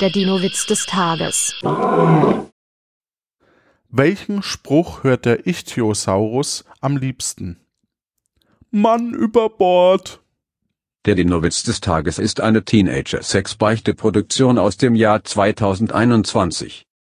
Der Dino-Witz des Tages. Welchen Spruch hört der Ichthyosaurus am liebsten? Mann über Bord! Der Dinowitz des Tages ist eine Teenager-Sex-Beichte-Produktion aus dem Jahr 2021.